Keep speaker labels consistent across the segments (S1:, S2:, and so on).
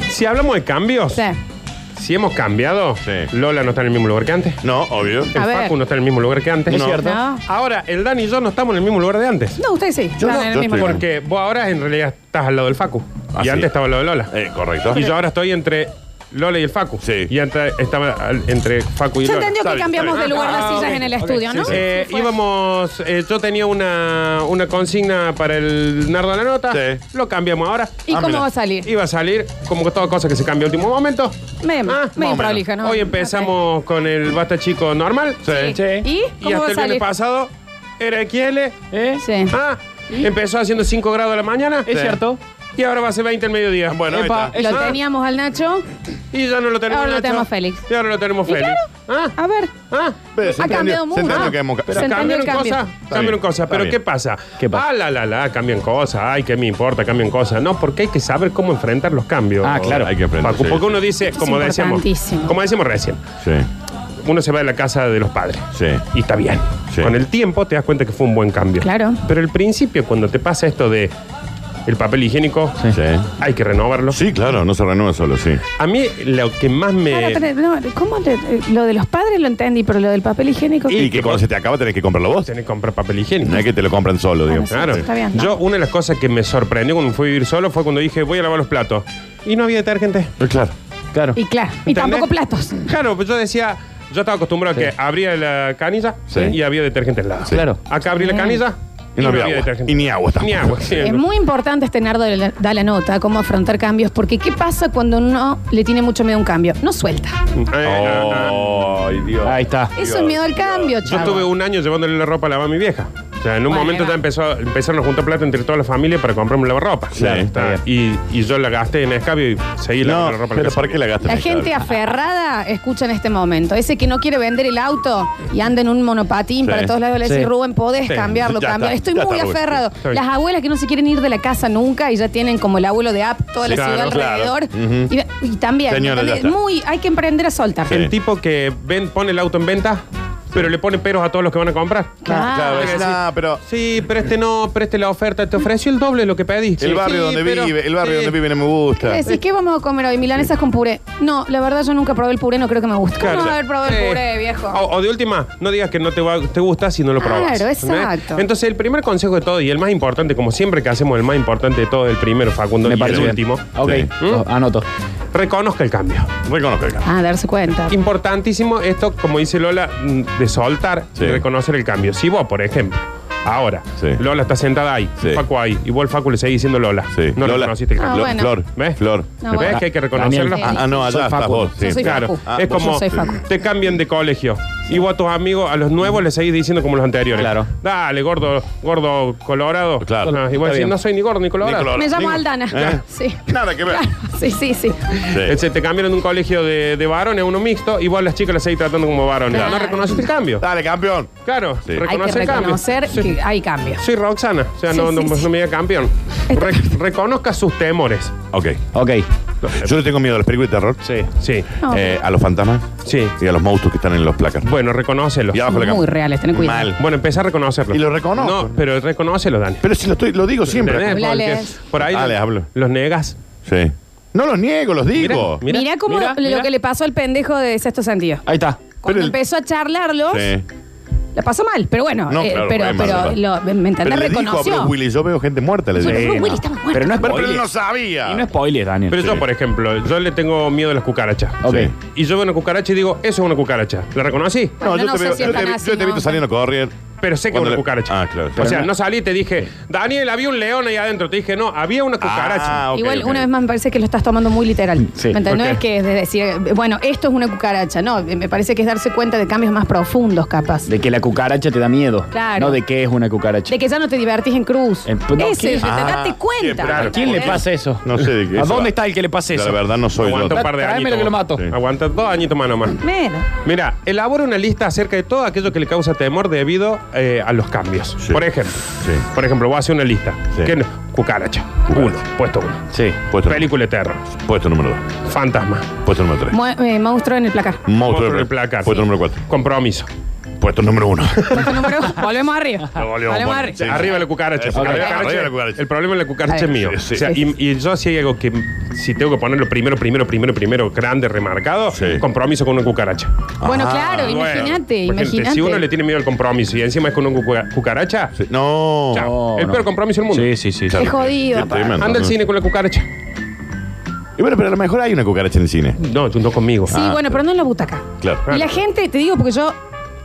S1: Si hablamos de cambios,
S2: Sí.
S1: si hemos cambiado,
S3: Sí.
S1: Lola no está en el mismo lugar que antes.
S3: No, obvio.
S1: El
S2: A ver.
S1: Facu no está en el mismo lugar que antes.
S3: Es No. cierto.
S2: No.
S1: Ahora, el Dani y yo no estamos en el mismo lugar de antes.
S2: No, ustedes sí.
S3: Yo
S2: Están
S3: no,
S2: en el
S3: yo
S2: mismo
S3: estoy-
S2: lugar.
S1: Porque vos ahora en realidad estás al lado del Facu.
S3: Así
S1: y antes
S3: es.
S1: estaba al lado de Lola.
S3: Eh, correcto.
S1: Y yo ahora estoy entre Lola y el Facu.
S3: Sí.
S1: Y antes estaba al- entre Facu y
S2: Se
S1: Lola.
S2: entendió
S3: Está
S2: que
S3: bien,
S2: cambiamos
S3: está
S2: de
S3: bien.
S2: lugar las
S1: Ah,
S2: sillas
S1: ok,
S2: en el
S1: ok,
S2: estudio,
S1: sí,
S2: ¿no?
S1: sí. Eh,
S2: Sí, fue.
S1: íbamos, eh, yo tenía una, una consigna para el Nardo de la Nota.
S3: Sí.
S1: Lo cambiamos ahora.
S2: ¿Y
S3: Ah,
S2: cómo
S3: mira.
S2: va a salir?
S1: Iba a salir, como que toda cosa que se cambia a último momento.
S2: Medio,
S1: Ah,
S2: medio
S3: o menos.
S2: prolija, ¿no?
S1: Hoy empezamos con el Basta Chico normal.
S2: Sí. ¿Y?
S1: Y
S2: ¿Cómo va
S1: hasta
S2: a
S1: el viernes
S2: salir?
S1: pasado era XL.
S4: ¿Eh?
S2: Sí.
S1: Ah, empezó haciendo 5 grados a la mañana.
S4: ¿Es cierto?
S1: Y ahora va a ser 20 al mediodía.
S3: Bueno, ahí
S4: Epa,
S3: está.
S4: es-
S2: Lo
S1: Ah.
S2: teníamos al Nacho.
S1: Y ya no lo tenemos.
S2: Ahora lo
S1: Nacho.
S2: tenemos Félix.
S1: Y ahora lo tenemos
S2: Y
S1: Félix.
S2: claro,
S1: Ah,
S2: a ver,
S1: ah.
S3: Pero se
S2: ha
S3: entendió-
S2: cambiado mucho.
S3: Se entendió
S2: Ah,
S3: que hemos...
S2: pero- Se entendió el
S1: cambiaron
S2: cambio.
S1: cosas,
S3: Está
S1: cambiaron
S3: bien,
S1: cosas,
S3: está
S1: pero
S3: bien.
S1: ¿qué pasa?
S4: ¿Qué pasa?
S1: Ah, la, la, la, cambian cosas, ay, que me importa, cambian cosas. No, porque hay que saber cómo enfrentar los cambios.
S4: Ah, claro.
S3: Hay que aprender.
S1: Facu,
S3: sí.
S1: porque uno dice,
S2: es
S1: como decíamos,
S2: importantísimo.
S1: como decíamos recién,
S3: Sí,
S1: uno se va de la casa de los padres.
S3: sí.
S1: Y está bien.
S3: Sí.
S1: Con el tiempo te das cuenta que fue un buen cambio.
S2: Claro.
S1: Pero al principio, cuando te pasa esto de el papel higiénico,
S3: Sí.
S1: hay que renovarlo.
S3: Sí, claro, no se renueva solo, sí.
S1: A mí lo que más me...
S2: Ahora, pero, no, ¿cómo te- eh, lo de los padres lo entendí, pero lo del papel higiénico.
S3: Y, que cuando se te acaba tenés que comprarlo vos.
S1: Tenés que comprar papel higiénico.
S3: No es que te lo compren solo, digo.
S2: Bueno,
S1: Claro.
S2: Está bien, ¿no?
S1: Yo, una de las cosas que me sorprendió cuando fui a vivir solo fue cuando dije, voy a lavar los platos. Y no había detergente.
S3: Eh, Claro.
S4: Claro.
S2: Y claro, y
S1: ¿Entendés?
S2: tampoco platos.
S3: Mm.
S1: Claro, pues yo decía, yo estaba acostumbrado a que abría la canilla
S3: Sí.
S1: y había detergente al lado.
S3: Sí.
S4: Claro.
S1: Acá abrí la canilla
S3: Y no había agua. Y ni agua tampoco.
S1: Ni agua, sí.
S2: Mm. Es muy importante este Nardo de la- da la nota, cómo afrontar cambios, porque ¿qué pasa cuando uno le tiene mucho miedo a un cambio? No suelta.
S1: Eh, no,
S3: Oh.
S1: no.
S3: Ay, Dios.
S4: Ahí está.
S2: Eso es miedo al cambio,
S1: Yo
S2: chaval.
S1: estuve un año llevándole la ropa a lavar a mi vieja. O sea, en un
S2: Bueno,
S1: momento ya
S2: va.
S1: empezó, empezaron a juntar plata entre toda la familia para comprarme lavarropa.
S3: Sí, está
S1: y, y yo la gasté en escabio y seguí
S3: No,
S1: lavando la ropa. a la
S3: pero
S1: casa.
S3: ¿para qué la gastas?
S2: La
S3: en el
S2: gente
S3: carro?
S2: aferrada escucha en este momento. Ese que no quiere vender el auto y anda en un monopatín
S3: Sí.
S2: para todos lados, le
S4: Sí.
S2: decís, Rubén, podés
S1: Sí.
S2: cambiarlo,
S3: Ya
S2: cambiarlo.
S3: está,
S2: Estoy
S3: ya
S2: muy
S3: está, Rubén.
S2: aferrado.
S1: Está bien.
S2: Las abuelas que no se quieren ir de la casa nunca y ya tienen como el abuelo de app toda
S3: Sí,
S2: la ciudad
S3: claro,
S2: alrededor.
S3: claro.
S2: y, y también,
S3: Señora,
S2: ¿entendés?
S3: ya está.
S2: muy, hay que emprender a soltar.
S3: Sí.
S1: El tipo que ven, pone el auto en venta, pero le pone peros a todos los que van a comprar.
S2: Claro.
S3: Claro, es- no, pero
S1: Sí, pero este no, pero este la oferta te ofreció el doble de lo que pedí.
S3: el barrio donde vive, el barrio donde vive no me gusta.
S2: ¿Qué decís? ¿Qué vamos a comer hoy? Milanesas con puré. No, la verdad yo nunca probé el puré, no creo que me guste.
S1: Claro.
S2: ¿Cómo no va a haber probado el
S1: Sí.
S2: puré, viejo?
S3: Oh.
S1: O, o de última, no digas que no te, va- te gusta si no lo
S2: Claro,
S1: probas.
S2: exacto.
S1: Entonces, el primer consejo de todo y el más importante, como siempre que hacemos, el más importante de todo es el primero, Facundo,
S4: Me
S1: y el
S4: parece bien.
S1: último.
S4: Ok,
S3: Sí.
S4: Oh, anoto.
S1: Reconozca el cambio.
S3: Reconozco el cambio.
S2: Ah, darse cuenta.
S1: Importantísimo esto, como dice Lola, mm, de soltar
S3: Sí.
S1: y reconocer el cambio. Si vos, por ejemplo, ahora,
S3: Sí.
S1: Lola está sentada ahí,
S3: Sí.
S1: Facu ahí, y vos el Facu le seguís diciendo Lola.
S3: Sí.
S1: No le
S3: Lola.
S1: reconociste el
S2: Ah,
S1: cambio.
S2: bueno.
S3: Flor,
S1: ¿Ves?
S3: Flor.
S2: No,
S1: ¿Ves
S2: bueno.
S1: que hay que reconocerlo?
S2: Daniel.
S3: Ah, ah, no,
S4: Soy
S3: allá estás
S4: Facu.
S3: vos. Sí. Ah,
S2: Yo soy
S1: Claro,
S2: Facu.
S1: es
S2: Yo
S1: como
S2: soy Facu.
S1: te cambian de colegio y vos a tus amigos, a los nuevos, les seguís diciendo como los anteriores.
S4: Claro.
S1: Dale, gordo, gordo colorado.
S3: Claro.
S1: No, igual
S4: Está
S1: si
S4: bien.
S1: no soy ni gordo ni colorado.
S3: Ni colorado.
S2: Me llamo
S3: Ningún-
S2: Aldana.
S3: ¿Eh?
S2: Sí.
S3: Nada que ver.
S2: Claro, sí, sí, sí.
S3: Sí.
S1: Ese, Eh, te cambiaron de un colegio de, de varones a uno mixto y vos a las chicas las seguís tratando como varones.
S2: Claro.
S1: No reconociste el cambio.
S3: Dale, campeón.
S1: Claro,
S3: Sí. Hay que
S2: Hay que
S1: reconoce el cambio.
S2: reconocer
S1: Sí.
S2: que hay cambios.
S1: Soy Roxana, o sea,
S2: Sí,
S1: no,
S2: sí,
S1: no-
S2: sí.
S1: no me diga campeón. Re- reconozca sus temores.
S3: Ok.
S4: Ok.
S3: Yo le tengo miedo a las películas de terror.
S4: Sí.
S1: Sí,
S2: No,
S3: Eh, a los fantasmas
S1: sí.
S3: y a los monstruos que están en los placas.
S1: Bueno, reconócelo.
S3: Y abajo la
S2: muy
S3: cama.
S2: reales, ten cuidado.
S3: Mal.
S1: Bueno, empezá a reconocerlo.
S3: Y lo reconozco.
S1: No, pero reconócelo, Dani.
S3: Pero si lo estoy, lo digo siempre.
S1: ¿Entendés?
S2: Hablales.
S1: Porque Por ahí
S3: Ah,
S1: lo-
S3: les hablo.
S1: los negas.
S3: Sí. No los niego, los digo.
S2: Mirá, cómo
S1: mira,
S2: lo,
S1: mira.
S2: que le pasó al pendejo de sexto sentido.
S4: Ahí está.
S2: Cuando
S3: Ah, el-
S2: empezó a charlarlos,
S3: Sí.
S2: la pasó mal, pero bueno,
S3: No,
S2: eh,
S3: claro,
S2: pero,
S3: re mal,
S2: pero
S3: re mal.
S2: lo- me
S3: Pero
S2: entendés,
S3: le dijo a
S2: reconoció.
S3: Bruce Willis, yo veo gente muerta, le
S2: Bueno,
S3: digo.
S2: Bruce
S4: no.
S2: Willis estaba muerto.
S4: Eh, Pero no es
S3: Pero él
S4: spoiler.
S3: no sabía.
S4: Y no spoiler, Daniel.
S1: Pero yo,
S3: Sí.
S1: por ejemplo, yo le tengo miedo a las cucarachas.
S4: Ok.
S3: Sí.
S1: Y yo veo una cucaracha y digo, eso es una cucaracha. ¿La reconocí?
S3: No,
S2: Bueno,
S3: yo
S2: no
S3: te
S2: sé
S3: veo-
S2: si es
S3: yo
S2: tan
S3: te-
S2: así,
S3: yo te he
S2: ¿no?
S3: visto saliendo a correr.
S1: Pero sé que es
S3: Cuando
S1: una
S3: le-
S1: cucaracha.
S3: Ah, claro.
S1: O
S3: Pero
S1: sea,
S4: no-
S1: no salí y te dije, Daniel, había un león ahí adentro. Te dije, no, había una cucaracha.
S3: Ah, ok,
S2: Igual,
S3: ok. Mm,
S2: una vez más, me parece que lo estás tomando muy literal.
S4: Sí,
S2: ¿Me entendés? No
S1: ok.
S2: es que es de decir, bueno, esto es una cucaracha. No, me parece que es darse cuenta de cambios más profundos, capaz. De,
S4: De que la cucaracha te da miedo.
S2: Claro.
S4: No de que es una cucaracha.
S2: que ya no te divertís en cruz.
S4: Eh, no,
S2: Ese, es
S4: ¿qué?
S2: el de-
S3: Ah,
S2: date cuenta.
S3: bien, pero
S4: ¿A quién le pasa eso?
S3: No sé de qué-
S4: ¿A
S3: eso
S4: dónde
S3: va.
S4: está el que le pasa eso?
S3: La verdad no soy yo.
S1: Aguanta un par de
S4: Tráemelo
S1: años.
S4: que lo mato. Sí.
S1: Aguanta dos añitos más nomás.
S2: Menos.
S1: Mira, elabora una lista acerca de todo aquello que le causa temor debido eh, a los cambios.
S3: Sí.
S1: Por ejemplo,
S3: Sí.
S1: por ejemplo, voy a hacer una lista.
S3: Sí.
S1: ¿Qué no? Cucaracha.
S3: Cucaracha.
S1: Uno, puesto uno.
S4: Sí.
S3: Puesto,
S1: Película de terror.
S3: puesto número 2.
S1: Fantasma.
S3: Puesto número 3.
S2: Mu- eh, monstruo en el placar.
S3: Monstruo
S1: del placar.
S3: Puesto número 4.
S1: Compromiso.
S3: Puesto número uno.
S2: Puesto número uno. Volvemos arriba.
S3: Lo volvemos,
S2: Volvemos
S3: bueno,
S2: arriba.
S3: sí.
S1: Arriba la cucaracha.
S3: Eh,
S1: porque
S3: ok.
S1: la cucaracha-
S3: Arriba la cucaracha.
S1: El problema de la cucaracha es
S2: Ahí.
S1: mío.
S3: Sí, sí.
S1: O sea, y, y yo si hay algo que, si tengo que ponerlo primero, primero, primero, primero, grande, remarcado,
S3: Sí.
S1: compromiso con una cucaracha.
S2: Bueno,
S3: Ah,
S2: claro,
S1: Bueno,
S2: imagínate,
S1: porque
S2: imagínate.
S1: Si uno le tiene miedo al compromiso y encima es con una cuca- cucaracha,
S3: Sí. No.
S1: Chao.
S4: No,
S1: El
S4: no.
S1: peor compromiso del mundo.
S4: Sí, sí, sí.
S2: Es jodido,
S3: Qué
S2: papá.
S3: tremendo.
S1: anda al cine con la cucaracha.
S3: Y bueno, pero a lo mejor hay una cucaracha en el cine.
S1: No, tú no conmigo.
S2: Sí, bueno, pero no en la butaca.
S3: Claro.
S2: Y la gente, te digo, porque yo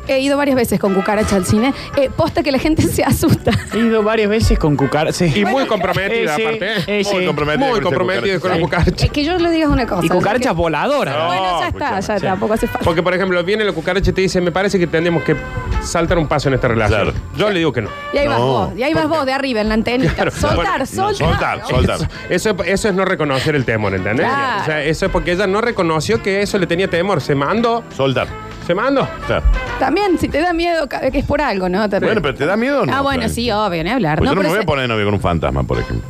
S2: he ido varias veces con cucaracha al cine, eh, posta que la gente se asusta.
S4: He ido varias veces con cucar. Sí.
S1: Y muy comprometida,
S4: Eh, sí,
S1: aparte. ¿eh?
S4: eh, sí.
S3: Muy comprometida
S1: Muy
S3: con esa
S1: comprometida con la
S3: cucaracha.
S1: cucaracha.
S2: Es que yo lo digas una cosa.
S4: Y cucarachas
S2: porque-
S4: voladoras.
S3: No.
S2: Bueno, ya está, ya
S3: escúchame,
S2: está, tampoco hace falta.
S1: Porque, por ejemplo, viene la cucaracha y te dice, me parece que tenemos que saltar un paso en esta relación.
S3: Claro.
S1: Yo le digo que no.
S2: Y ahí vas
S3: No.
S2: vos, y ahí vas vos de arriba en la antenita.
S1: Claro.
S2: soltar,
S1: Bueno,
S3: no,
S2: soltar.
S3: soltar,
S2: ¿no?
S3: soltar.
S1: Eso, eso es no reconocer el temor, ¿entendés?
S2: Claro.
S1: O sea, eso es porque ella no reconoció que eso le tenía temor. Se mandó,
S3: Soldar.
S1: se mandó.
S3: Claro.
S2: También, si te da miedo, cabe que es por algo, ¿no? Te-
S3: Bueno, pero ¿te da miedo o no?
S2: ah, bueno,
S3: Frank?
S2: sí, obvio, ni hablar.
S3: Pues yo no me
S2: pero
S3: voy a
S2: se-
S3: poner de novio con un fantasma, por ejemplo.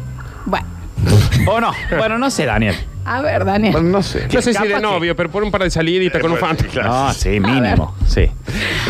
S2: Bueno,
S4: O no. Bueno, no sé, Daniel.
S2: a ver, Daniel.
S3: Bueno, no sé.
S1: No sé si
S4: Capaz
S1: de
S4: que-
S1: novio, pero por un par de saliditas con un
S3: Bueno,
S1: fantasma.
S3: claro.
S4: No, sí, mínimo. Sí.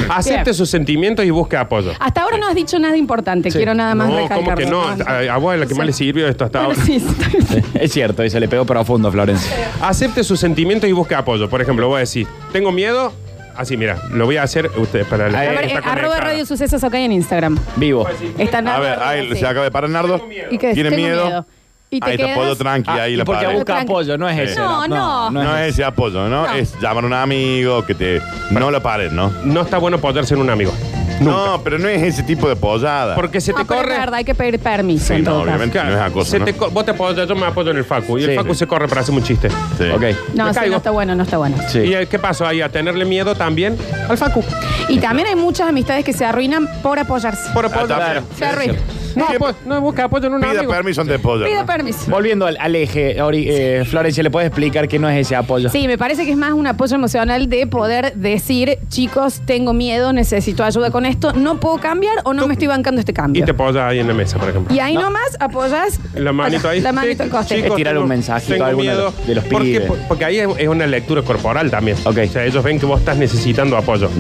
S1: Acepte
S2: Bien.
S1: sus sentimientos y busque apoyo.
S2: Hasta ahora no has dicho nada importante, quiero nada más
S1: no,
S2: recalcar.
S1: como que no. A, a vos es la que más le sirvió esto hasta ahora.
S2: sí, sí.
S4: Es cierto, y se le pegó profundo a Florencia.
S1: Acepte sus sentimientos y busque apoyo. Por ejemplo, voy a decir, tengo miedo. Así, mira, lo voy a hacer usted, para la
S4: A
S2: A
S1: gente
S2: ver,
S1: que
S2: eh,
S1: está
S2: arroba
S1: conectada.
S2: Radio Sucesos acá en Instagram.
S4: Vivo.
S3: Pues
S2: Está
S3: A
S2: Nardo
S3: ver,
S2: Rodríguez,
S3: ahí
S2: sí.
S3: se acaba de parar Nardo.
S2: ¿Y qué?
S3: Tiene
S2: Tengo
S3: miedo.
S2: Y te
S3: ahí te
S2: quedas-
S3: apoyo tranqui,
S4: Ah,
S3: ahí
S4: y
S3: la
S4: porque
S3: paré.
S4: busca
S2: Tranqui.
S4: apoyo, no es
S3: Sí.
S4: ese.
S2: No, no.
S3: No es ese apoyo, ¿no?
S2: No.
S3: Es llamar a un amigo que te. No la pares, ¿no?
S1: No está bueno apoyarse en un amigo. Nunca.
S3: No, pero no es ese tipo de pollada.
S1: Porque se
S2: No,
S1: te
S2: Ah, pero
S1: corre.
S2: es verdad, hay que pedir permiso.
S3: Sí,
S2: en
S3: no,
S2: todo caso.
S3: obviamente. No es acoso,
S1: se
S3: ¿no?
S1: te co- vos te apoyas, yo me apoyo en el Facu. Y el
S4: Sí.
S1: Facu se corre para hacer un chiste.
S3: Sí.
S4: Ok.
S1: Me
S2: No, sí,
S1: caigo.
S2: no está bueno, no está bueno.
S4: Sí.
S1: ¿Y eh, qué pasó ahí? ¿A tenerle miedo también al Facu?
S2: Y también hay muchas amistades que se arruinan por apoyarse.
S1: Por
S3: Ah,
S1: apoyo.
S3: también.
S2: se arruinan.
S1: No,
S3: Siempre-
S1: apo- no busca apoyo en un
S3: Pida
S1: amigo.
S3: permiso antes de pollo.
S2: Pido
S3: ¿no?
S2: permiso.
S4: Volviendo al, al eje, Ori- eh, Florencia, ¿le puedes explicar qué no es ese apoyo?
S2: Sí, me parece que es más un apoyo emocional de poder decir, chicos, tengo miedo, necesito ayuda con esto, no puedo cambiar o no me estoy bancando este
S1: Y
S2: cambio.
S1: te apoyas ahí en la mesa, por ejemplo.
S2: Y ahí nomás apoyas
S1: La manito ahí.
S2: La manito al coste.
S1: Chicos,
S4: Estirar un
S1: tengo-
S4: mensajito
S1: tengo
S4: a alguno
S1: miedo.
S4: de los
S1: ¿Por qué?
S4: pibes.
S1: Por- Porque ahí es, es una lectura corporal también.
S4: Ok.
S1: O sea, ellos ven que vos estás necesitando apoyo.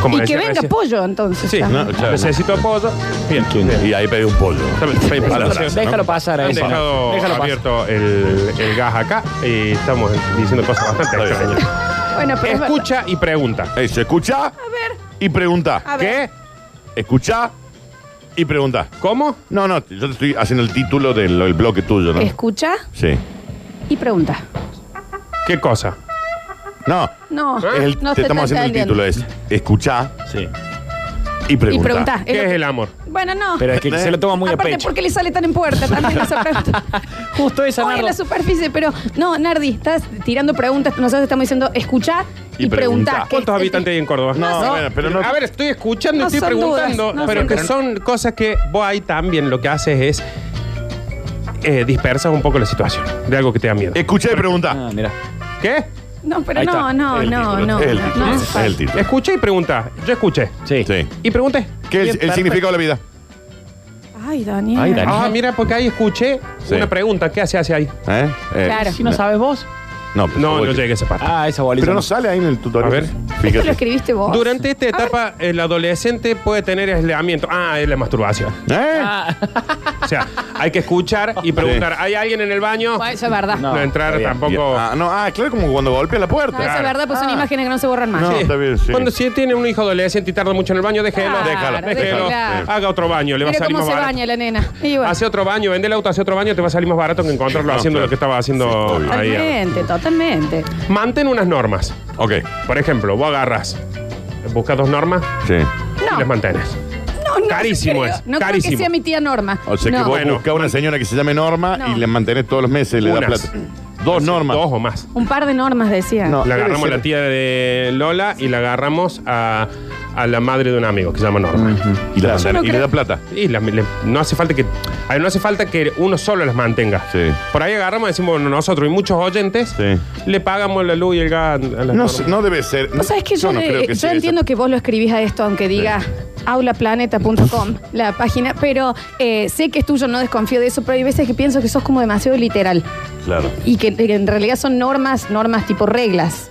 S1: Como
S2: Y que
S1: decía
S2: venga
S1: recién.
S2: apoyo, entonces.
S1: Sí,
S2: también.
S3: no, claro.
S1: necesito apoyo. Bien. bien.
S3: Y ahí pedí un pollo.
S1: Para
S3: Déjalo
S1: atrás.
S4: Déjalo pasar a
S1: Han
S4: eso.
S1: dejado
S4: Déjalo pasar.
S1: abierto el, el gas acá y estamos diciendo cosas bastante
S3: Está bien.
S1: extrañas.
S2: Bueno, pero es verdad.
S1: Escucha y pregunta.
S3: Eh, se escucha
S2: A ver,
S3: y pregunta.
S2: a ver.
S1: ¿Qué?
S3: Escucha y pregunta.
S1: ¿Cómo?
S3: No, no, yo te estoy haciendo el título del el bloque tuyo, ¿no?
S2: Escucha
S3: Sí.
S2: y pregunta.
S1: ¿Qué cosa?
S3: No,
S2: No,
S3: es el-
S2: ¿Eh? no está
S3: te estamos haciendo el
S2: entendiendo.
S3: título, es escucha
S4: Sí.
S3: y pregunta.
S2: Y pregunta.
S1: ¿Qué es el amor?
S2: Bueno, no.
S4: Pero es que se lo toma muy
S2: Aparte,
S4: a pecho.
S2: ¿por qué le sale tan en puerta? También esa pregunta.
S4: Justo esa,
S2: Hoy en
S4: Nardo.
S2: la superficie, pero no, Nardi, estás tirando preguntas. Nosotros estamos diciendo escuchá y,
S3: Y preguntá.
S2: preguntá. ¿Qué
S1: ¿Cuántos
S2: es-
S1: habitantes hay en Córdoba?
S3: No,
S2: No.
S3: bueno, pero no.
S1: A ver, estoy escuchando y
S2: No
S1: estoy
S2: son
S1: preguntando,
S2: dudas, no
S1: pero
S2: son
S1: que
S2: dudas.
S1: son cosas que vos ahí también lo que haces es eh, dispersas un poco la situación de algo que te da miedo.
S3: Escucha y pregunta.
S4: Ah, mira.
S1: Eh, ¿Qué?
S2: No, pero
S4: Ahí
S2: no,
S4: está.
S2: no,
S3: Es el
S2: no,
S3: título,
S2: no.
S3: Es el
S2: no,
S3: título.
S2: no
S3: Es el título.
S1: Escuché y pregunta. Yo escuché.
S4: Sí.
S3: Sí.
S1: Y pregunté.
S3: ¿Qué es
S1: Bien,
S3: el
S1: perfecto.
S3: significado de la vida?
S2: Ay, Daniel.
S4: Ay, Daniel.
S1: Ah, mira, porque ahí escuché
S3: Sí.
S1: una pregunta. ¿Qué hace hace ahí?
S3: ¿Eh? Eh,
S2: Claro.
S4: Si no sabes vos.
S3: No, pero
S1: No,
S3: voy.
S1: no llegué a esa parte.
S4: Ah, esa bolita.
S3: Pero no sale ahí en el tutorial.
S1: A ver.
S2: ¿Esto lo
S3: Fíjate.
S2: escribiste vos?
S1: Durante esta etapa, el adolescente puede tener aislamiento. Ah, es la masturbación.
S3: ¿Eh?
S4: Ah,
S1: O sea, hay que escuchar y preguntar, ¿hay alguien en el baño?
S2: Bueno, eso es verdad.
S1: No, entrar
S4: está bien.
S1: tampoco.
S3: Ah, no, ah, claro, como cuando golpea la
S2: No,
S3: puerta.
S2: eso es
S1: Claro.
S2: verdad, pues son imágenes que no se borran más.
S3: Ah. No,
S1: Sí.
S3: está bien, sí.
S1: Eh, Cuando si tiene un hijo adolescente y tarda mucho en el baño, déjelo.
S2: Claro,
S3: Déjalo,
S1: Déjelo.
S3: déjalo.
S2: claro.
S1: Haga otro baño, le va a
S2: Mira
S1: salir
S2: cómo
S1: más
S2: se
S1: barato.
S2: baña la nena. Y bueno,
S1: Hace otro baño, vende el auto, hace otro baño, te va a salir más barato que encontrarlo
S3: No,
S1: haciendo
S3: claro.
S1: lo que estaba
S3: Sí,
S1: haciendo
S3: obvio.
S1: ahí.
S2: totalmente, totalmente.
S1: Mantén unas normas.
S3: Ok.
S1: Por ejemplo, vos agarras, buscas dos normas
S3: Sí.
S1: y
S2: No.
S1: las mantienes.
S2: No, no
S1: Carísimo
S2: creo.
S1: es,
S2: No creo
S1: carísimo.
S2: que sea mi tía Norma.
S3: O sea
S2: No.
S3: que vos
S1: Bueno.
S3: buscás una señora que se llame Norma
S2: No.
S3: y le mantenés todos los meses, le das
S1: Unas.
S3: plata. Dos normas. Ah,
S1: Dos o más.
S2: Un par de normas decía.
S3: No.
S1: La
S3: Debe
S1: agarramos a
S3: ser.
S1: la tía de Lola y la agarramos a, a la madre de un amigo que se llama Norma.
S3: Y, la
S1: Claro.
S3: mantenés-
S2: Yo no
S3: y le
S2: creo-
S3: da plata.
S1: Y las- le- no hace falta que a ver, no hace falta que uno solo las mantenga.
S3: Sí.
S1: Por ahí agarramos y decimos bueno, nosotros y muchos oyentes
S3: Sí.
S1: le pagamos la luz y el gas. a las
S3: No,
S1: normas.
S3: sé, no debe ser.
S2: ¿Vos sabés que yo,
S3: no
S2: le-
S3: creo
S2: yo
S3: sea
S2: entiendo
S3: esa-
S2: que vos lo escribís a esto, aunque diga aulaplaneta.com, la página, pero eh, sé que es tuyo, no desconfío de eso, pero hay veces que pienso que sos como demasiado literal
S3: Claro.
S2: y que, que en realidad son normas, normas tipo reglas.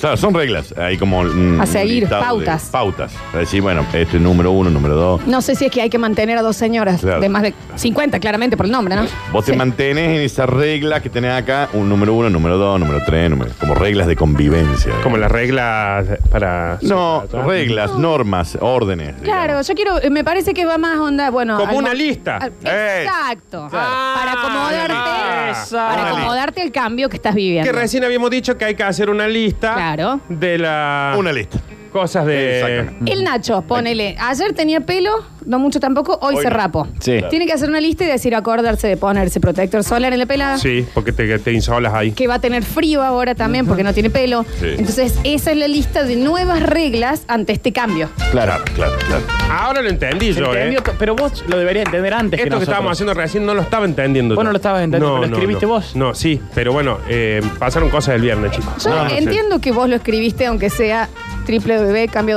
S3: Claro, son reglas. Hay como. mm,
S2: A seguir,
S3: listado de
S2: pautas.
S3: pautas. Para decir, bueno, este es número uno, número dos.
S2: No sé si es que hay que mantener a dos señoras
S3: Claro.
S2: de más de 50, claramente, por el nombre, ¿no?
S3: Vos te
S2: Sí.
S3: mantenés en esa regla que tenés acá, un número uno, número dos, número tres, número- como reglas de convivencia.
S1: Como las reglas para.
S3: No,
S1: para-
S3: reglas, normas, órdenes.
S2: Claro,
S3: digamos.
S2: yo quiero, eh, me parece que va más onda, bueno.
S1: Como
S2: al-
S1: una lista.
S2: al-
S3: Eh,
S2: Ah, Exacto.
S1: claro.
S2: Para acomodarte,
S1: Ah,
S2: para
S3: una
S2: acomodarte el cambio que estás viviendo.
S1: Que recién habíamos dicho que hay que hacer una
S3: ah.
S1: lista
S2: Claro.
S1: de las
S3: Una lista.
S1: cosas de.
S3: Exactamente.
S2: El Nacho, ponele, ayer tenía pelo, no mucho tampoco, hoy,
S3: Hoy
S2: se
S3: no.
S2: rapó.
S4: Sí.
S2: Tiene que hacer una lista y decir acordarse de ponerse protector solar en la pelada.
S1: Sí, porque te, te insolas ahí.
S2: Que va a tener frío ahora también porque no tiene pelo.
S3: Sí.
S2: Entonces, esa es la lista de nuevas reglas ante este cambio.
S3: Claro, claro, claro.
S1: Ahora lo entendí yo, ¿eh?
S4: Entendió to- Pero vos lo deberías entender antes.
S1: Esto que,
S4: nosotros.
S1: estábamos haciendo recién no lo estaba entendiendo.
S4: Vos
S1: yo.
S4: no lo estabas entendiendo, pero lo escribiste
S1: no.
S4: vos.
S1: No, sí, pero bueno, eh, pasaron cosas del viernes, chicos.
S2: Yo
S3: No, no sé.
S2: entiendo que vos lo escribiste, aunque sea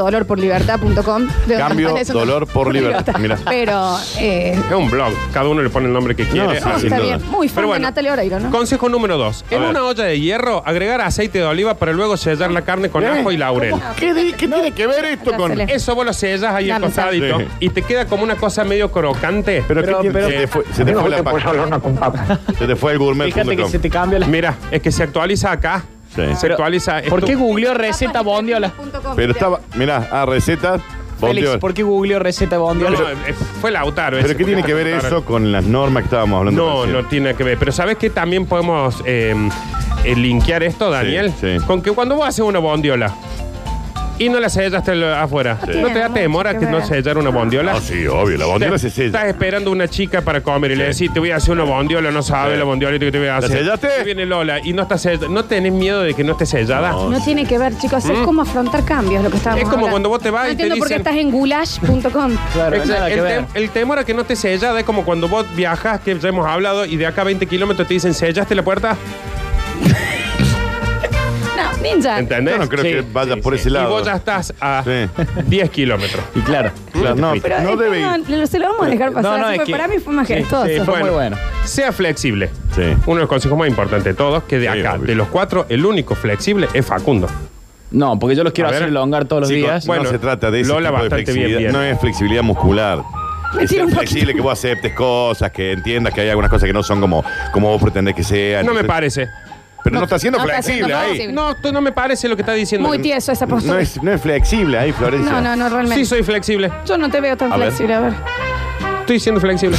S2: www.cambiodolorporlibertad.com. De
S3: Cambio
S2: donde aparece un-
S3: dolor por libertad. Mira.
S2: Pero, eh,
S1: Es un blog, cada uno le pone el nombre que quiere.
S3: No, sí,
S1: Ah,
S3: sin
S2: está
S3: duda.
S2: bien. Muy fan
S1: Pero
S2: de
S1: bueno.
S2: Natalia Oreiro, ¿no?
S1: Consejo número dos. En
S3: ver.
S1: una olla de hierro, agregar aceite de oliva para luego sellar la carne con
S3: ¿Eh?
S1: ajo y laurel.
S3: ¿Qué, di- qué tiene que ver esto con.?
S2: Hacele.
S1: Eso vos lo sellas ahí al
S2: Dame sal.
S1: costadito
S3: Sí.
S1: y te queda como una cosa medio crocante.
S3: Pero,
S4: Pero-
S3: ¿qué tiene-
S4: pero-
S3: se te fue, se te fue la paja. Se te fue el gourmet.
S4: Fíjate que se te cambia la.
S1: Mira, es que se actualiza acá.
S3: Sí.
S1: Se
S4: Pero,
S1: actualiza.
S4: ¿Por
S1: esto-
S4: qué googleó receta bondiola?
S3: Pero estaba. Mirá, ah, recetas.
S4: Félix,
S3: bondiola.
S4: ¿por qué googleó receta
S1: No,
S4: bondiola?
S1: no, eh, fue Lautaro.
S3: ¿Pero
S1: ese,
S3: qué tiene
S1: porque
S3: que ver
S1: Lautaro-
S3: eso con las normas que estábamos hablando?
S1: No,
S3: recién?
S1: no tiene que ver. Pero ¿sabes que también podemos eh, eh, linkear esto, Daniel?
S3: sí.
S1: Con que cuando vos haces una bondiola y no la sellas hasta el- afuera,
S2: Sí.
S1: ¿no te da temor a
S2: Qué
S1: que no
S2: verdad.
S1: sellar una bondiola?
S3: Ah, sí, obvio, la bondiola se
S1: Estás
S3: sella.
S1: esperando una chica para comer y le decís, te voy a hacer una bondiola, no sabes
S3: Sí.
S1: la bondiola que te voy a hacer.
S3: sellaste?
S1: Y viene Lola y no está sellada. ¿No tenés miedo de que no esté sellada?
S3: No.
S2: No tiene que ver, chicos, es como afrontar cambios lo que estábamos
S1: Mm. Es como cuando
S2: hablando.
S1: vos te vas
S2: No
S1: y te
S2: entiendo
S1: dicen-
S2: por qué estás en gulash.com.
S4: Claro,
S1: Exacto.
S4: nada que
S1: el,
S4: ver.
S1: tem- el temor a que no esté sellada es como cuando vos viajas, que ya hemos hablado, y de acá a 20 kilómetros te dicen, ¿sellaste la puerta?
S2: No,
S4: Ah.
S2: ninja.
S1: ¿Entendés?
S3: Yo no creo
S4: Sí,
S3: que vaya por ese
S1: Y
S3: lado.
S1: vos ya estás a
S3: Sí.
S1: 10 kilómetros.
S4: Y claro.
S3: Claro, no,
S2: Pero,
S3: no
S2: eh,
S3: debe ir.
S2: perdón, lo- se lo vamos a dejar pasar.
S4: no,
S2: así
S4: es
S2: fue-
S4: que-
S2: Para mí fue majestuoso.
S4: Sí, sí, fue- muy bueno.
S1: Eh, Sea flexible.
S3: Sí.
S1: Uno de los consejos más importantes de todos, que de
S3: Sí,
S1: acá,
S3: obvio.
S1: de los cuatro, el único flexible es Facundo.
S4: No, porque yo los quiero
S1: A ver.
S4: hacer elongar todos los
S3: Chicos,
S4: días.
S1: bueno,
S3: no se trata de ese
S1: Lola
S3: tipo de
S1: bastante bien,
S3: flexibilidad.
S1: bien.
S3: No es flexibilidad muscular.
S2: Me
S3: Es
S2: tira
S3: ser
S2: un poquito.
S3: flexible que vos aceptes cosas, que entiendas que hay algunas cosas que no son como, como vos pretendés que sean.
S1: No me
S3: Entonces-
S1: parece.
S3: Pero no,
S2: No,
S3: está siendo
S2: no está
S3: flexible
S2: siendo
S3: ahí.
S2: flexible.
S1: No, tú no me parece lo que estás diciendo.
S2: Muy tieso esa
S3: No
S2: postura.
S3: es, no es flexible ahí, Florencia.
S2: No, no, no, realmente.
S1: Sí, soy flexible.
S2: Yo no te veo tan
S3: A ver.
S2: flexible, a ver.
S1: Estoy siendo flexible.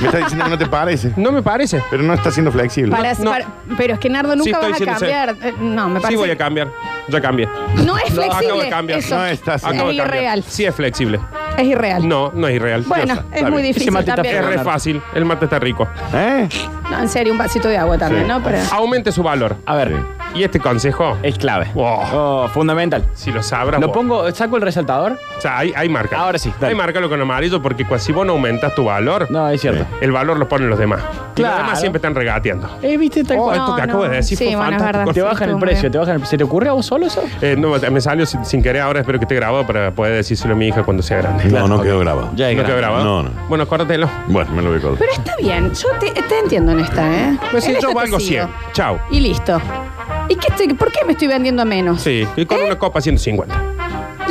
S3: Me está diciendo que no te parece.
S1: No me parece.
S3: Pero no está siendo flexible.
S2: Para-
S1: No.
S2: para- pero es que Nardo
S1: Sí,
S2: nunca
S1: estoy
S2: vas a
S1: siendo serio.
S2: cambiar. Eh, No, me
S1: Sí
S2: parece.
S1: voy a cambiar. Ya cambié.
S2: no es
S1: No, acabo
S2: flexible.
S1: de cambiar.
S2: Eso.
S3: No está
S2: es
S3: así.
S1: Acabo de cambiar.
S2: irreal.
S1: Sí es flexible.
S2: Es irreal.
S1: No, no es irreal.
S2: Bueno,
S3: está
S2: es
S3: bien.
S2: muy
S3: Ese
S2: difícil
S4: mate está
S2: también.
S1: Es re fácil. El mate está rico.
S3: ¿Eh?
S2: No, en serio, un vasito de agua también,
S3: Sí.
S2: ¿no? Pero
S1: Aumente su valor.
S4: A ver,
S1: Y este consejo,
S4: es clave.
S1: Wow.
S4: Oh, fundamental.
S1: si lo sabrás.
S4: Lo
S1: vos.
S4: pongo, saco el resaltador.
S1: O sea, hay, hay marca.
S4: Ahora sí, dale.
S1: Hay marca con amarillo porque cua- si vos no aumentas tu valor,
S4: No, es cierto.
S1: el valor lo ponen los demás. Y los
S4: Claro.
S1: demás siempre están regateando.
S4: Eh, viste, tal
S1: Oh,
S4: cual.
S1: esto que
S2: No,
S1: acabo
S2: no.
S1: de decir
S2: Sí,
S1: fue
S2: bueno, es
S1: fantástico.
S2: verdad.
S4: Te
S2: sí,
S4: bajan el
S2: estuvo muy
S4: precio,
S2: bien.
S4: te bajan el ¿Se te ocurre a vos solo eso?
S1: Eh, no, me salió sin, sin querer ahora, espero que esté grabado para poder decírselo a mi hija cuando sea grande.
S3: No, no quedó grabado.
S4: Ya es
S1: ¿No quedó
S4: grande.
S1: grabado?
S3: No, no.
S1: Bueno, córtatelo.
S3: Bueno, me lo voy a acordar.
S2: Pero está bien, yo te, te entiendo en esta, ¿eh?
S1: Pues sí,
S2: En
S1: yo
S2: esta te
S1: valgo
S2: sigo.
S1: 100. Chau.
S2: Y listo. ¿Y qué estoy- por qué me estoy vendiendo menos?
S1: Sí, y
S2: ¿Eh?
S1: con una copa 150.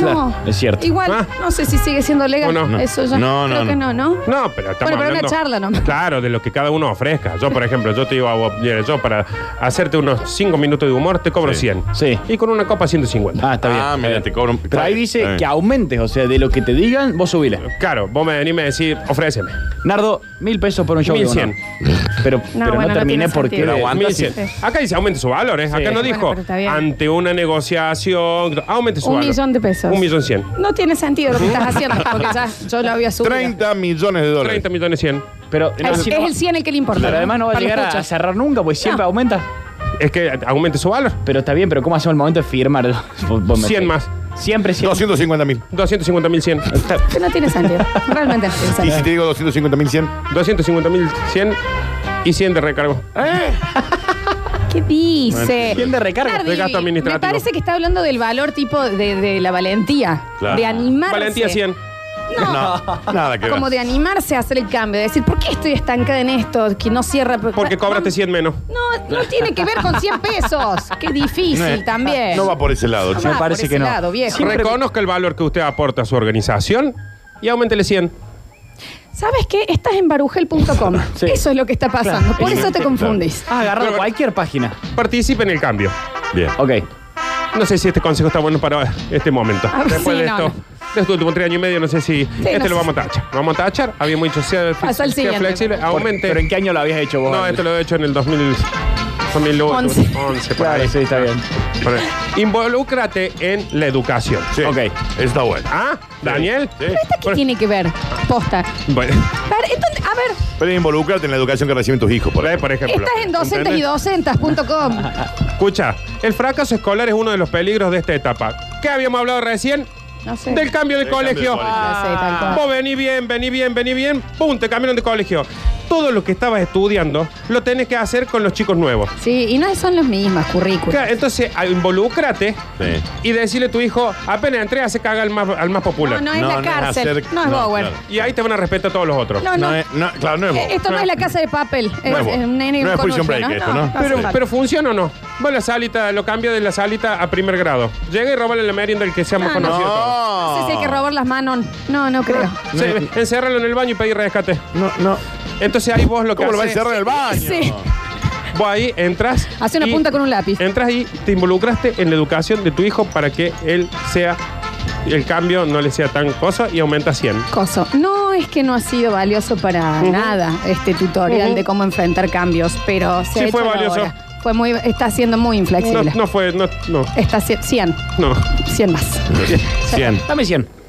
S2: No.
S4: Claro, es cierto.
S2: Igual,
S1: Ah.
S2: no sé si sigue siendo legal.
S1: ¿O no?
S2: Eso yo
S3: No,
S2: creo
S3: no,
S2: que no, ¿no?
S1: No, pero estamos
S2: Bueno, pero una
S1: hablando-
S2: charla nomás.
S1: Claro, de lo que cada uno ofrezca. Yo, por ejemplo, yo te digo a vos, mira, yo para hacerte unos 5 minutos de humor te cobro
S3: Sí.
S1: 100.
S4: Sí.
S1: Y con una copa 150.
S4: Ah, está bien.
S3: Ah, mira,
S4: Está
S3: te
S4: bien.
S3: cobro.
S4: Pero ahí
S3: Está
S4: dice
S3: bien.
S4: que aumentes, o sea, de lo que te digan, vos subile.
S1: Claro, vos me venís y me decís, ofréceme.
S4: Nardo, mil pesos por un show.
S1: Mil
S4: digo,
S1: cien.
S4: no. Pero, pero
S2: bueno, no
S4: no terminé
S2: tiene
S4: porque.
S2: sentido.
S4: era-
S3: Aguanta,
S1: Eh, Mil
S3: sí.
S1: cien. Acá dice aumente su valor, ¿eh? Acá
S4: Sí.
S1: no
S2: Bueno,
S1: dijo
S2: pero está bien.
S1: ante una negociación, aumente su
S2: Un
S1: valor.
S2: millón de pesos.
S1: Un millón cien.
S2: No tiene sentido lo que estás haciendo, porque ya yo lo había subido.
S3: 30 millones de dólares.
S1: 30 millones cien.
S4: Pero, no,
S2: Es,
S4: si
S2: es
S4: no-
S2: el 100 el que le importa.
S4: pero además no va a
S2: Para los
S4: llegar a
S2: pochos.
S4: cerrar nunca, porque siempre
S2: No.
S4: aumenta.
S1: Es que aumente su valor.
S4: Pero está bien, pero ¿cómo hacemos el momento de firmar? Vos- vos me-
S1: 100 más.
S4: Siempre 100.
S3: 250 mil.
S1: 250 mil cien.
S2: Que No tiene sentido. Realmente no tiene
S3: ¿Y
S2: sentido.
S3: si te digo 250 mil 100?
S1: 250 mil cien y 100 de recargo.
S2: ¿Qué dice?
S4: ¿Quién de recarga?
S2: Nardi,
S1: De gasto administrativo.
S2: Me parece que está hablando del valor tipo de, de la valentía.
S3: Claro.
S2: De animarse.
S1: Valentía 100.
S2: No.
S3: nada que ver.
S2: Como de animarse a hacer el cambio, de decir, ¿por qué estoy estancada en esto? Que no cierra.
S1: Porque cobraste 100 menos.
S2: No, no tiene que ver con 100 pesos. Qué difícil
S3: No,
S2: también.
S3: No va por ese lado,
S2: No
S3: che.
S2: va
S4: Me parece
S2: por ese
S4: que no.
S2: lado, viejo.
S4: Siempre-
S1: Reconozca el valor que usted aporta a su organización y aumentele 100.
S2: ¿Sabes qué? Estás en barujel.com.
S4: Sí.
S2: Eso es lo que está pasando. Por
S3: Sí,
S2: eso te
S3: claro.
S2: confundís.
S4: Ah, agarrado
S1: Pero-
S4: cualquier página.
S1: Participe en el cambio.
S3: Bien.
S4: Ok.
S1: No sé si este consejo está bueno para este momento.
S2: Ah,
S1: Después
S2: sí,
S1: de
S2: no,
S1: esto, de estos últimos tres años y medio, no sé si este
S2: no
S1: lo
S2: sé.
S1: vamos a tachar. Lo Vamos a tachar. Había mucho sea,
S2: Pasa al
S1: sea
S2: siguiente.
S1: flexible.
S2: Por-
S1: Aumente.
S4: ¿Pero en qué año lo habías hecho vos?
S1: no,
S4: Andy?
S1: esto lo he hecho en el 2000, 2008,
S2: Once.
S1: 2011. por
S4: Claro,
S1: ahí.
S4: sí, está bien.
S1: Por ahí. Involúcrate en la educación.
S3: Sí,
S4: Ok.
S3: Está bueno.
S1: ¿Ah? ¿Daniel?
S3: Sí.
S2: ¿Esta qué tiene que ver? Posta.
S1: Bueno,
S2: Para- entonces, a ver,
S3: Pero involucrarte en la educación que reciben tus hijos, por
S1: por
S3: ahí.
S1: ahí, por ejemplo.
S2: estás en docentes y
S1: ¿Entendés?
S2: docentas.com.
S1: Escucha, el fracaso escolar es uno de los peligros de esta etapa. ¿Qué habíamos hablado recién?
S2: No sé.
S1: Del cambio del
S3: Del cambio
S1: colegio. Ah.
S3: del colegio.
S2: No sé, tal cual.
S1: Vos vení bien, vení bien, vení bien. Pum, te cambiaron de colegio. Todo lo que estabas estudiando lo tenés que hacer con los chicos nuevos.
S2: Sí, y no son los mismos currículos.
S1: Claro, Entonces, a- involúcrate
S3: Sí.
S1: y decirle a tu hijo, apenas entré, hace caga al más, al más popular.
S2: No, no es
S3: No,
S2: la
S3: no es
S2: cárcel.
S3: hacer-
S2: no es
S3: no,
S2: Bower.
S3: claro.
S1: Y ahí te van a respetar todos los otros.
S2: No, no.
S3: No, es- no, claro, no es
S2: Eh,
S3: vos.
S2: Esto no es la casa de papel. Es,
S3: No es vos.
S2: es un nene
S3: No es
S2: con
S3: Prison
S2: ocho,
S3: Break
S2: ¿no?
S3: esto,
S2: No,
S3: ¿no?
S2: no
S1: Pero,
S2: hace falta.
S1: pero funciona o no. Vos la salita, lo cambia de la salita a primer grado. Llega y robale la merienda el que sea más
S2: No, no.
S1: conocido. todo.
S2: No sé si hay que robar las manos. No, no creo.
S1: Sí, Enciérralo en el baño y pedí rescate.
S3: No, no.
S1: Entonces ahí vos lo que
S3: ¿Cómo lo va a
S1: haces-
S3: encerrar en el baño?
S2: Sí.
S1: Vos ahí entras.
S2: Hace una
S1: y-
S2: punta con un lápiz.
S1: Entras y te involucraste en la educación de tu hijo para que él sea. El cambio no le sea tan cosa y aumenta 100.
S2: Coso. No es que no ha sido valioso para nada este tutorial
S1: Ujú.
S2: de cómo enfrentar cambios, pero se
S1: Sí,
S2: ha hecho
S1: fue
S2: la
S1: valioso.
S2: hora. Fue muy, está siendo muy
S1: No,
S2: inflexible.
S1: no fue, no, no,
S2: Está 100,
S1: no.
S2: 100 más.
S3: 100.
S4: Dame 100.